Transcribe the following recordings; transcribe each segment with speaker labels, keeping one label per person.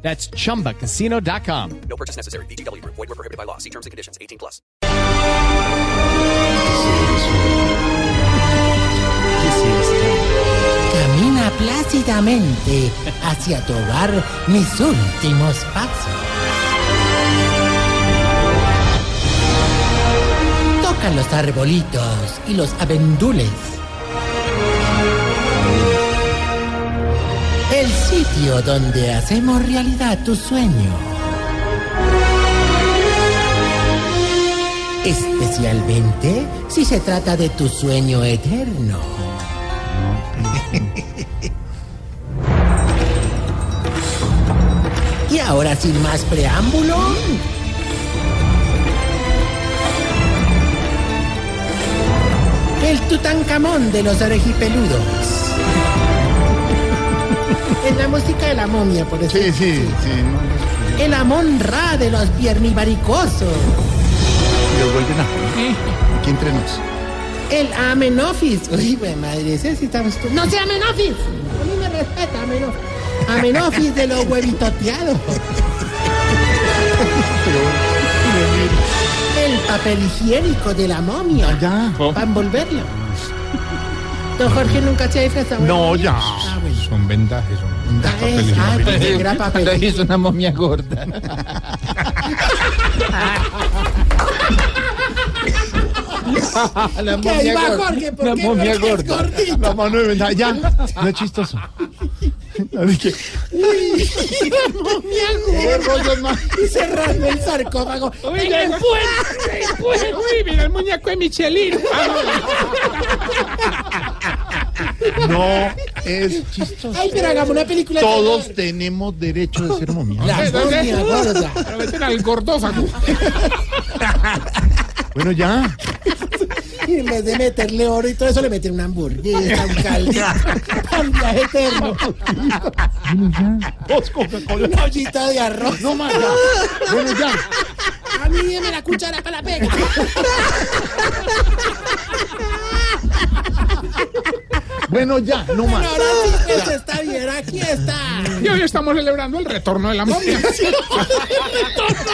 Speaker 1: That's chumbacasino.com.
Speaker 2: No purchase necessary. BGW. Void were prohibited by law. See terms and conditions. 18 plus.
Speaker 3: Camina plácidamente hacia tu hogar mis últimos pasos. Toca los arbolitos y los abendules. El sitio donde hacemos realidad tu sueño. Especialmente si se trata de tu sueño eterno. Y ahora sin más preámbulo. El Tutankamón de los orejipeludos. En la música de la momia, por eso.
Speaker 4: Sí, sí, sí.
Speaker 3: El Amón Ra de los piernibaricosos.
Speaker 4: Lo vuelven a. Aquí entre nos.
Speaker 3: El Amenofis. Uy, güey, madre, ese sí estamos. ¡No sea Amenofis! A mí me respeta, Amenofis. Amenofis de los huevitoteados. El papel higiénico de la momia.
Speaker 4: Ya.
Speaker 3: Para envolverla. Don Jorge nunca se ha disfrazado.
Speaker 4: No,
Speaker 3: de
Speaker 4: ya.
Speaker 3: momia? Ah, bueno.
Speaker 4: Son vendajes. Son
Speaker 3: Ah, es- ay, pues, era papel higiénico.
Speaker 4: una momia gorda. la
Speaker 3: Que ahí va Jorge, ¿por qué Jorge es gordito?
Speaker 4: La mano de vendaje. Ya. No es chistoso. Uy,
Speaker 3: Momia, Y cerrando el sarcófago.
Speaker 5: Mira el puente, el puente, uy, mira el muñeco de Michelin.
Speaker 4: No es chistoso.
Speaker 3: Ay, pero hagamos una película. de
Speaker 4: Todos
Speaker 3: terror.
Speaker 4: tenemos derecho de ser momia.
Speaker 3: La momia gorda.
Speaker 5: Pero meten al gordófago.
Speaker 4: Bueno, ya.
Speaker 3: Y en vez de meterle oro y todo eso, le meten una hamburguesa, un caldito, un viaje eterno,
Speaker 4: Dos Coca-Cola.
Speaker 3: una ollita de arroz.
Speaker 4: No más, ya. Bueno, ya.
Speaker 3: A mí deme la cuchara para la pega.
Speaker 4: Bueno, ya. No más.
Speaker 3: Ahora sí, eso está bien, aquí está.
Speaker 5: Y hoy estamos celebrando el retorno de la momia.
Speaker 3: Retorno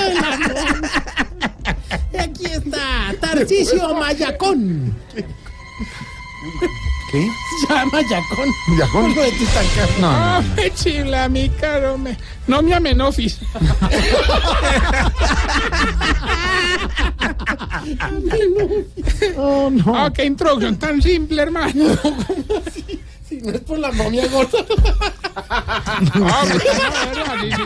Speaker 3: de la momia. Y Aquí está, Tarcisio Mayacón.
Speaker 4: ¿Qué?
Speaker 3: Ya Mayacón.
Speaker 4: Ya, con-
Speaker 3: Uno de Tutankamón.
Speaker 4: No, no.
Speaker 5: Ah, me chila, mi caro. me- No me amenofis.
Speaker 4: Oh, no.
Speaker 5: Ah, qué introducción tan simple, hermano.
Speaker 3: Si no es por la momia gorda.
Speaker 5: Ah, pues, no, ahora sí, sí.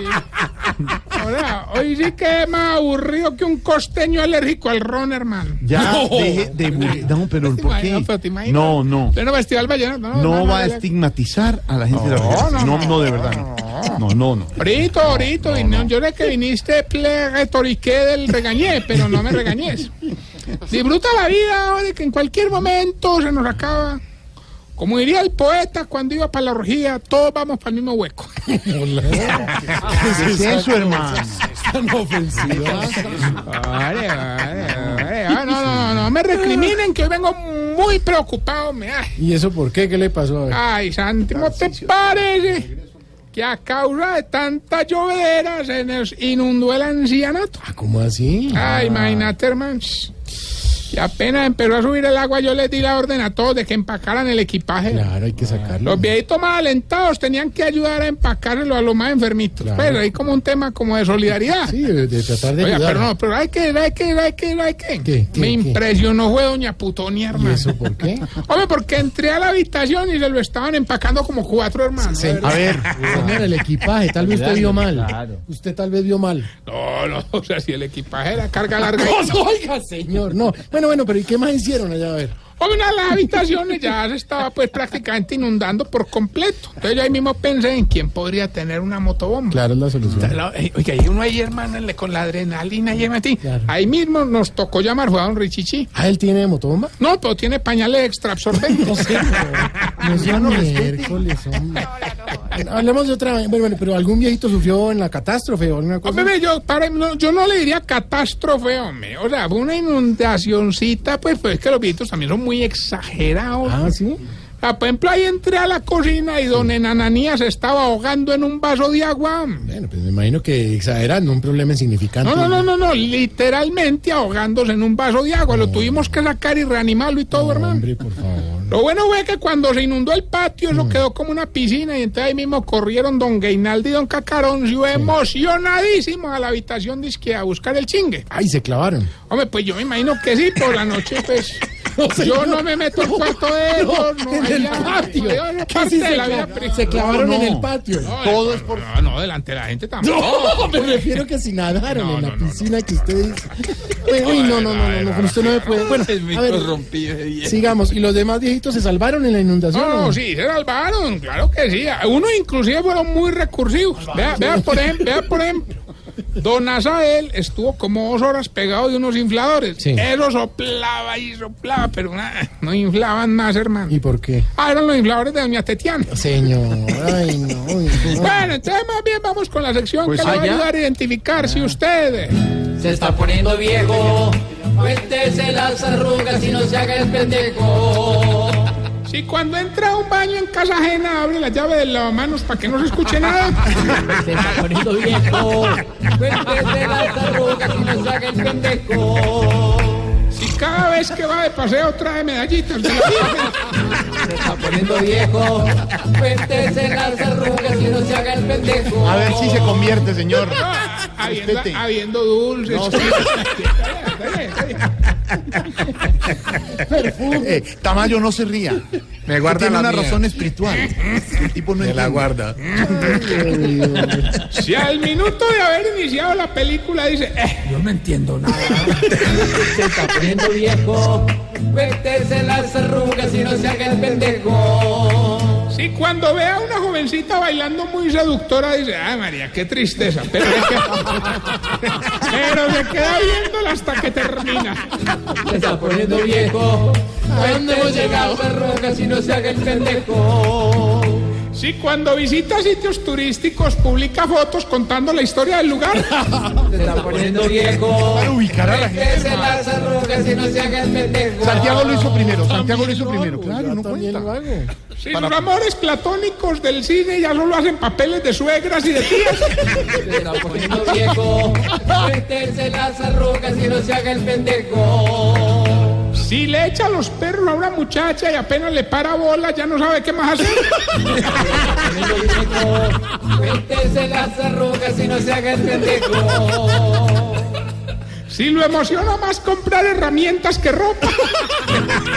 Speaker 5: Ahora, hoy sí que es más aburrido que un costeño alérgico al ron, hermano.
Speaker 4: Ya, deje de bur- No, pero ¿por
Speaker 5: Imagina,
Speaker 4: qué?
Speaker 5: pero te imaginas.
Speaker 4: No, no.
Speaker 5: Pleno festival vallenato, no,
Speaker 4: No
Speaker 5: hermano,
Speaker 4: va a
Speaker 5: ya-
Speaker 4: estigmatizar a la gente de la región. No, no, de verdad. no. No, no, no.
Speaker 5: Orito, orito, y no, yo de que viniste plegatoriqué del regañé, pero no me regañes. Disfruta la vida, hombre, que en cualquier momento se nos acaba. Como diría el poeta cuando iba para la orgía, todos vamos para el mismo hueco. Eh,
Speaker 4: ¿Qué es eso, hermano?
Speaker 5: Vale, vale, vale. Ah, no, no, no, no me recriminen, que hoy vengo muy preocupado. Me, ay,
Speaker 3: ¿Y eso por qué? ¿Qué le pasó?
Speaker 5: ay, Santi, ¿cómo te parece que a causa de tanta llovedera se nos inundó el ancianato?
Speaker 3: Ah, ¿Cómo así? Ah.
Speaker 5: Ay, imagínate, hermano. Y apenas empezó a subir el agua, yo les di la orden a todos de que empacaran el equipaje.
Speaker 3: Claro, hay que sacarlo.
Speaker 5: Los viejitos más alentados tenían que ayudar a empacarlo a los más enfermitos. Pero hay como un tema como de solidaridad.
Speaker 3: Sí, de, de tratar de
Speaker 5: Oiga,
Speaker 3: ayudar.
Speaker 5: pero no, pero hay que, hay que, hay que, hay que.
Speaker 3: ¿Qué? ¿Qué?
Speaker 5: Me
Speaker 3: ¿Qué?
Speaker 5: impresionó, fue doña Putonia, hermano.
Speaker 3: ¿Eso por qué?
Speaker 5: Hombre, porque entré a la habitación y se lo estaban empacando como cuatro hermanos.
Speaker 4: A ver,
Speaker 3: Señor, el equipaje, tal vez usted vio mal. Usted tal vez vio mal.
Speaker 5: No, no, o sea, si el equipaje era carga larga.
Speaker 3: Oiga, señor, no. Bueno, bueno, bueno, pero ¿y qué más hicieron allá? A ver.
Speaker 5: Hombre, una de las habitaciones ya se estaba pues prácticamente inundando por completo. Entonces yo ahí mismo pensé en quién podría tener una motobomba.
Speaker 3: Claro, es la solución.
Speaker 5: La- eh, Oiga, y uno ahí, hermano, le- con la adrenalina, y ti. Ahí mismo nos tocó llamar, fue a don Richichi.
Speaker 3: Ah, él tiene motobomba.
Speaker 5: No, pero tiene pañales extra absorbentes.
Speaker 3: No sea miércoles, hombre. Hablemos de otra. Bueno, bueno, pero algún viejito sufrió en la catástrofe o alguna cosa.
Speaker 5: Hombre, ve, Pues, yo, para, no, yo no le diría catástrofe, hombre. O sea, fue una inundacioncita, pues, pues es que los viejitos también son muy exagerados.
Speaker 3: Ah, sí.
Speaker 5: Ah, por ejemplo, ahí entré a la cocina y don Enananías estaba ahogando en un vaso de agua. hombre.
Speaker 3: Bueno, pues me imagino que exagerando un problema insignificante.
Speaker 5: No, no, no, no, no, literalmente ahogándose en un vaso de agua. Lo tuvimos que sacar y reanimarlo y todo, hermano.
Speaker 3: Hombre, por favor.
Speaker 5: Lo bueno fue que cuando se inundó el patio,
Speaker 3: Mm.
Speaker 5: eso quedó como una piscina y entonces ahí mismo corrieron don Gainaldi y don Cacaroncio emocionadísimos a la habitación disque a buscar el chingue.
Speaker 3: Ay, se clavaron.
Speaker 5: Hombre, pues yo me imagino que sí, por la noche, pues.
Speaker 3: No, señor.
Speaker 5: Yo no me meto al cuarto de ellos, no,
Speaker 3: en el
Speaker 5: allá,
Speaker 3: patio.
Speaker 5: yo no
Speaker 3: ¿Qué
Speaker 5: parte
Speaker 3: sí
Speaker 5: de
Speaker 3: se,
Speaker 5: la vida
Speaker 3: clav-
Speaker 5: pri-
Speaker 3: se clavaron
Speaker 4: No, no.
Speaker 3: en el patio.
Speaker 5: No,
Speaker 4: Todo
Speaker 5: no,
Speaker 4: es por-
Speaker 5: No, no, delante de la gente tampoco.
Speaker 3: No, me refiero que si nadaron
Speaker 5: No,
Speaker 3: en la
Speaker 5: no, no,
Speaker 3: piscina que usted dice. Uy, uy, no, no, no, no, no, con usted no me puede. Bueno, a ver, sigamos. ¿Y los demás viejitos se salvaron en la inundación?
Speaker 5: No,
Speaker 3: o
Speaker 5: no, sí, se salvaron, claro que sí. Unos inclusive fueron muy recursivos. Vea, vea, por, ejemplo, vea por ejemplo, don Azael estuvo como dos horas pegado de unos infladores.
Speaker 3: Sí.
Speaker 5: Eso soplaba y soplaba, pero nada, no inflaban más, hermano.
Speaker 3: ¿Y por qué?
Speaker 5: Ah, eran los infladores de doña Tetiana.
Speaker 3: Señor, ay, no. uy, no.
Speaker 5: Bueno, entonces más bien vamos con la sección
Speaker 4: Pues
Speaker 5: que le va a
Speaker 4: allá. Ah.
Speaker 5: ayudar a identificar si ustedes...
Speaker 6: Se está poniendo viejo, cuéntese las arrugas y no se haga el pendejo.
Speaker 5: Si cuando entra a un baño en casa ajena abre la llave del lavamanos para que no se escuche nada.
Speaker 6: Se está poniendo viejo, cuéntese las arrugas y no se haga el pendejo.
Speaker 5: Si cada vez que va de paseo trae medallitas de la Virgen.
Speaker 6: Se está poniendo viejo, cuéntese las arrugas y no se haga el pendejo.
Speaker 4: A ver si se convierte, señor.
Speaker 5: habiendo,
Speaker 4: Respete.
Speaker 5: habiendo dulces.
Speaker 4: No, sí. Eh, Tamayo, no se ría. Me guarda tiene una razón espiritual. El tipo no Me la guarda.
Speaker 5: Si al minuto de haber iniciado la película dice, eh,
Speaker 6: Yo no entiendo nada. Se está poniendo viejo, cuéntese las arrugas y no se haga el pendejo.
Speaker 5: si cuando ve a una jovencita bailando muy seductora dice, ay María, qué tristeza. Pero se queda, pero se queda viéndola hasta que termina.
Speaker 6: Se está poniendo viejo. ¿A dónde hemos llegado? si no se haga el pendejo.
Speaker 5: Si cuando visita sitios turísticos publica fotos contando la historia del lugar.
Speaker 6: Se está poniendo viejo.
Speaker 4: Para ubicar a la gente.
Speaker 6: Que se las arrugas y no se haga el pendejo.
Speaker 4: Santiago lo hizo primero. Santiago lo hizo primero. Claro,
Speaker 3: Yo
Speaker 4: no
Speaker 3: también lo
Speaker 4: cuenta.
Speaker 3: hago.
Speaker 5: Si los amores platónicos del cine ya solo hacen papeles de suegras y de tías.
Speaker 6: Se está poniendo viejo. Cuéntense las arrugas y no se haga el pendejo.
Speaker 5: Si le echa los perros a una muchacha y apenas le para bola, ya no sabe qué más hacer.
Speaker 6: Cuéntense las arrugas y no se haga el pendejo.
Speaker 5: Si lo emociona más comprar herramientas que ropa.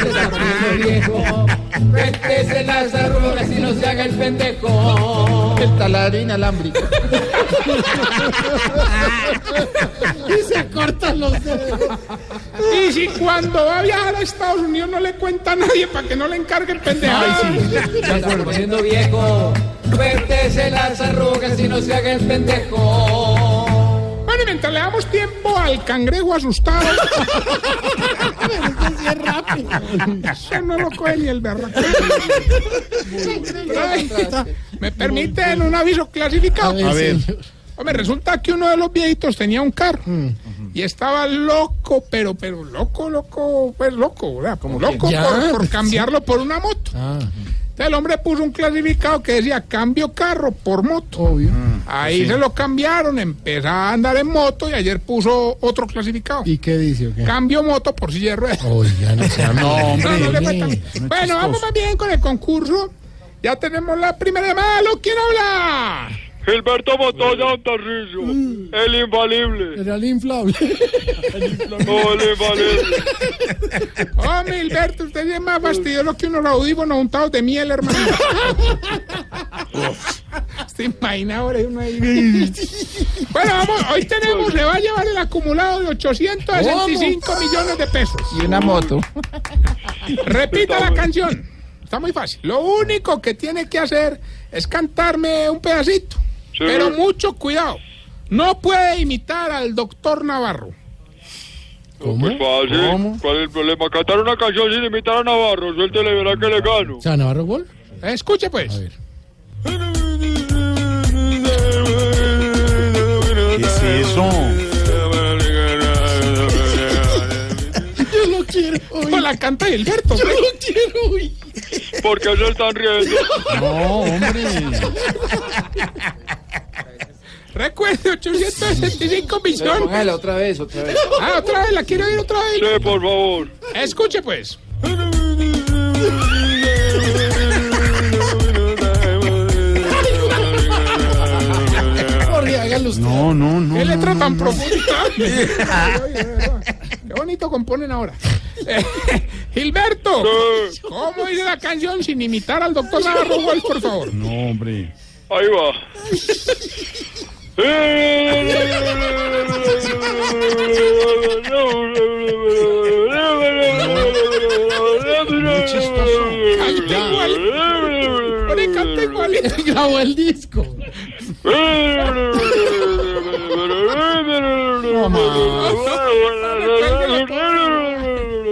Speaker 6: Se está poniendo viejo. Cuéntense las arrugas y no se haga el pendejo.
Speaker 4: El taladro inalámbrico.
Speaker 3: Y se cortan los dedos.
Speaker 5: Y si cuando va a viajar a Estados Unidos no le cuenta a nadie para que no le encarguen pendejadas.
Speaker 6: Se está poniendo viejo. Cuéntese las arrugas y no se haga el pendejo.
Speaker 5: Bueno, y mientras le damos tiempo al cangrejo asustado. Eso no lo coge ni el berraco. Ay, ¿Me permiten un aviso clasificado?
Speaker 3: A ver.
Speaker 5: Hombre, resulta que uno de los viejitos tenía un carro
Speaker 3: Mm.
Speaker 5: y estaba loco, pero, pero loco, loco, pues loco, ¿verdad? Como loco
Speaker 3: Ya,
Speaker 5: por, por
Speaker 3: pues,
Speaker 5: cambiarlo por una moto.
Speaker 3: Ah,
Speaker 5: Entonces el hombre puso un clasificado que decía cambio carro por moto.
Speaker 3: obvio.
Speaker 5: Ahí se lo cambiaron, empezó a andar en moto y ayer puso otro clasificado.
Speaker 3: ¿Y qué dice o qué?
Speaker 5: Cambio moto por silla de ruedas.
Speaker 3: Oiga, no sea
Speaker 4: No, hombre.
Speaker 5: No, no le
Speaker 3: Oye.
Speaker 5: cuesta. Bueno, vamos más bien con el concurso. Ya tenemos la primera llamada. ¿Lo quién habla?
Speaker 7: Gilberto Montoya Antarrillo, el infalible,
Speaker 3: Era el inflable.
Speaker 7: no el infalible.
Speaker 5: Hombre, Hilberto, Ah, usted es más fastidioso que unos audífonos untados de miel, hermano. ¿Se imagina ahora uno ahí? Bueno, vamos, hoy tenemos, se va a llevar el acumulado de 865 millones de pesos.
Speaker 8: Y una moto.
Speaker 5: Repita la canción. Está muy fácil. Lo único que tiene que hacer es cantarme un pedacito.
Speaker 7: Sí.
Speaker 5: Pero mucho cuidado. No puede imitar al doctor Navarro.
Speaker 7: Pues fácil. ¿Cuál es el problema? Cantar una canción sin imitar a Navarro. Suéltele, verá que le gano.
Speaker 8: ¿Se va Navarro Gol?
Speaker 5: Escuche pues.
Speaker 4: ¿Qué es eso?
Speaker 8: Yo lo quiero hoy.
Speaker 5: Con Pues la canta Gilberto.
Speaker 8: Yo lo quiero hoy.
Speaker 7: ¿Por qué se están riendo?
Speaker 4: No, hombre.
Speaker 5: Recuerde, 865 millones.
Speaker 6: Póngala otra vez, otra vez.
Speaker 5: Ah, otra vez, la quiero oír otra vez.
Speaker 7: Sí, por favor.
Speaker 5: Escuche pues.
Speaker 8: Jorge, hágalo usted.
Speaker 4: No, no, no.
Speaker 5: Qué
Speaker 4: no,
Speaker 5: letra
Speaker 4: no,
Speaker 5: tan
Speaker 4: no.
Speaker 5: profunda. Qué bonito componen ahora. Eh, Gilberto,
Speaker 7: Sí.
Speaker 5: ¿cómo dice la canción sin imitar al doctor Navarro Wolf, por favor?
Speaker 4: No, hombre.
Speaker 7: Ahí va.
Speaker 5: Canta igual. Ahora canta igualito.
Speaker 8: Grabó el disco.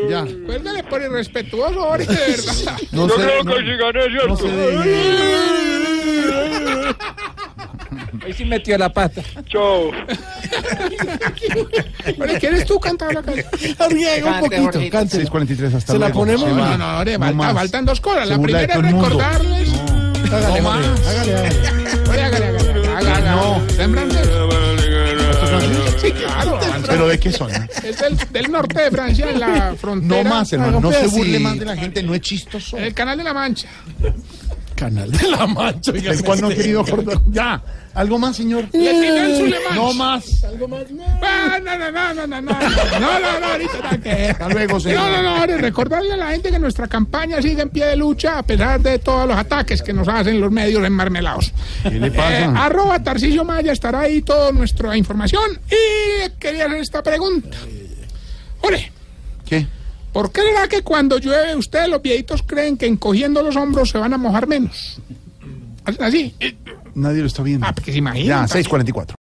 Speaker 4: Ya.
Speaker 5: Cuérdale por irrespetuoso, ahora de verdad.
Speaker 4: No
Speaker 7: Yo
Speaker 4: sé.
Speaker 7: creo
Speaker 4: no,
Speaker 7: que sí gané,
Speaker 4: no
Speaker 7: ¿cierto?
Speaker 4: sé de-
Speaker 8: Hoy sí metió la pata.
Speaker 7: Chao.
Speaker 5: Ahora, ¿quieres tú cantar la canción?
Speaker 8: Jorge, haga un poquito. Cántela.
Speaker 4: 6.43 hasta
Speaker 8: Se la
Speaker 4: luego.
Speaker 8: ponemos.
Speaker 4: Se
Speaker 5: No,
Speaker 4: va.
Speaker 5: no, no, ahora falta-
Speaker 4: más.
Speaker 5: faltan dos cosas. La
Speaker 4: Se burla de
Speaker 5: primera es
Speaker 4: todo el mundo.
Speaker 5: recordarles.
Speaker 8: Hágale,
Speaker 4: No
Speaker 8: Jorge,
Speaker 4: más.
Speaker 8: hágale, hágale.
Speaker 5: Oye, hágale, hágale, hágale.
Speaker 4: No.
Speaker 5: Sembrantes. Sí, claro.
Speaker 4: Pero de qué son.
Speaker 5: Es del, del norte de Francia, en la
Speaker 4: No
Speaker 5: frontera.
Speaker 4: más, hermano.
Speaker 8: haga
Speaker 4: No se
Speaker 8: pedacito. Eh,
Speaker 4: burle más de la gente. No es chistoso.
Speaker 5: En el canal de la Mancha.
Speaker 8: Canal de la Mancha. oiga,
Speaker 4: El cual no he
Speaker 8: este. Eh.
Speaker 4: querido acordar. Ya. ¿Algo más, señor?
Speaker 5: Le tiran su Le Manche.
Speaker 4: No más.
Speaker 5: Ah, No, no, no, no, no, no. No, no, no, ahorita no, que-
Speaker 4: Hasta luego, señor.
Speaker 5: No, no, no, ahora recordarle a la gente que nuestra campaña sigue en pie de lucha a pesar de todos los ataques que nos hacen los medios enmarmelados.
Speaker 4: ¿Qué le
Speaker 5: Eh,
Speaker 4: pasa?
Speaker 5: arroba Tarcillo Maya estará ahí toda nuestra información. Y quería hacer esta pregunta. Ole,
Speaker 4: ¿Qué?
Speaker 5: ¿por qué será que cuando llueve ustedes los viejitos creen que encogiendo los hombros se van a mojar menos? Así.
Speaker 4: Nadie lo está viendo.
Speaker 8: pues
Speaker 5: Ah, porque se
Speaker 4: Ya,
Speaker 5: imaginan.
Speaker 4: 6.44.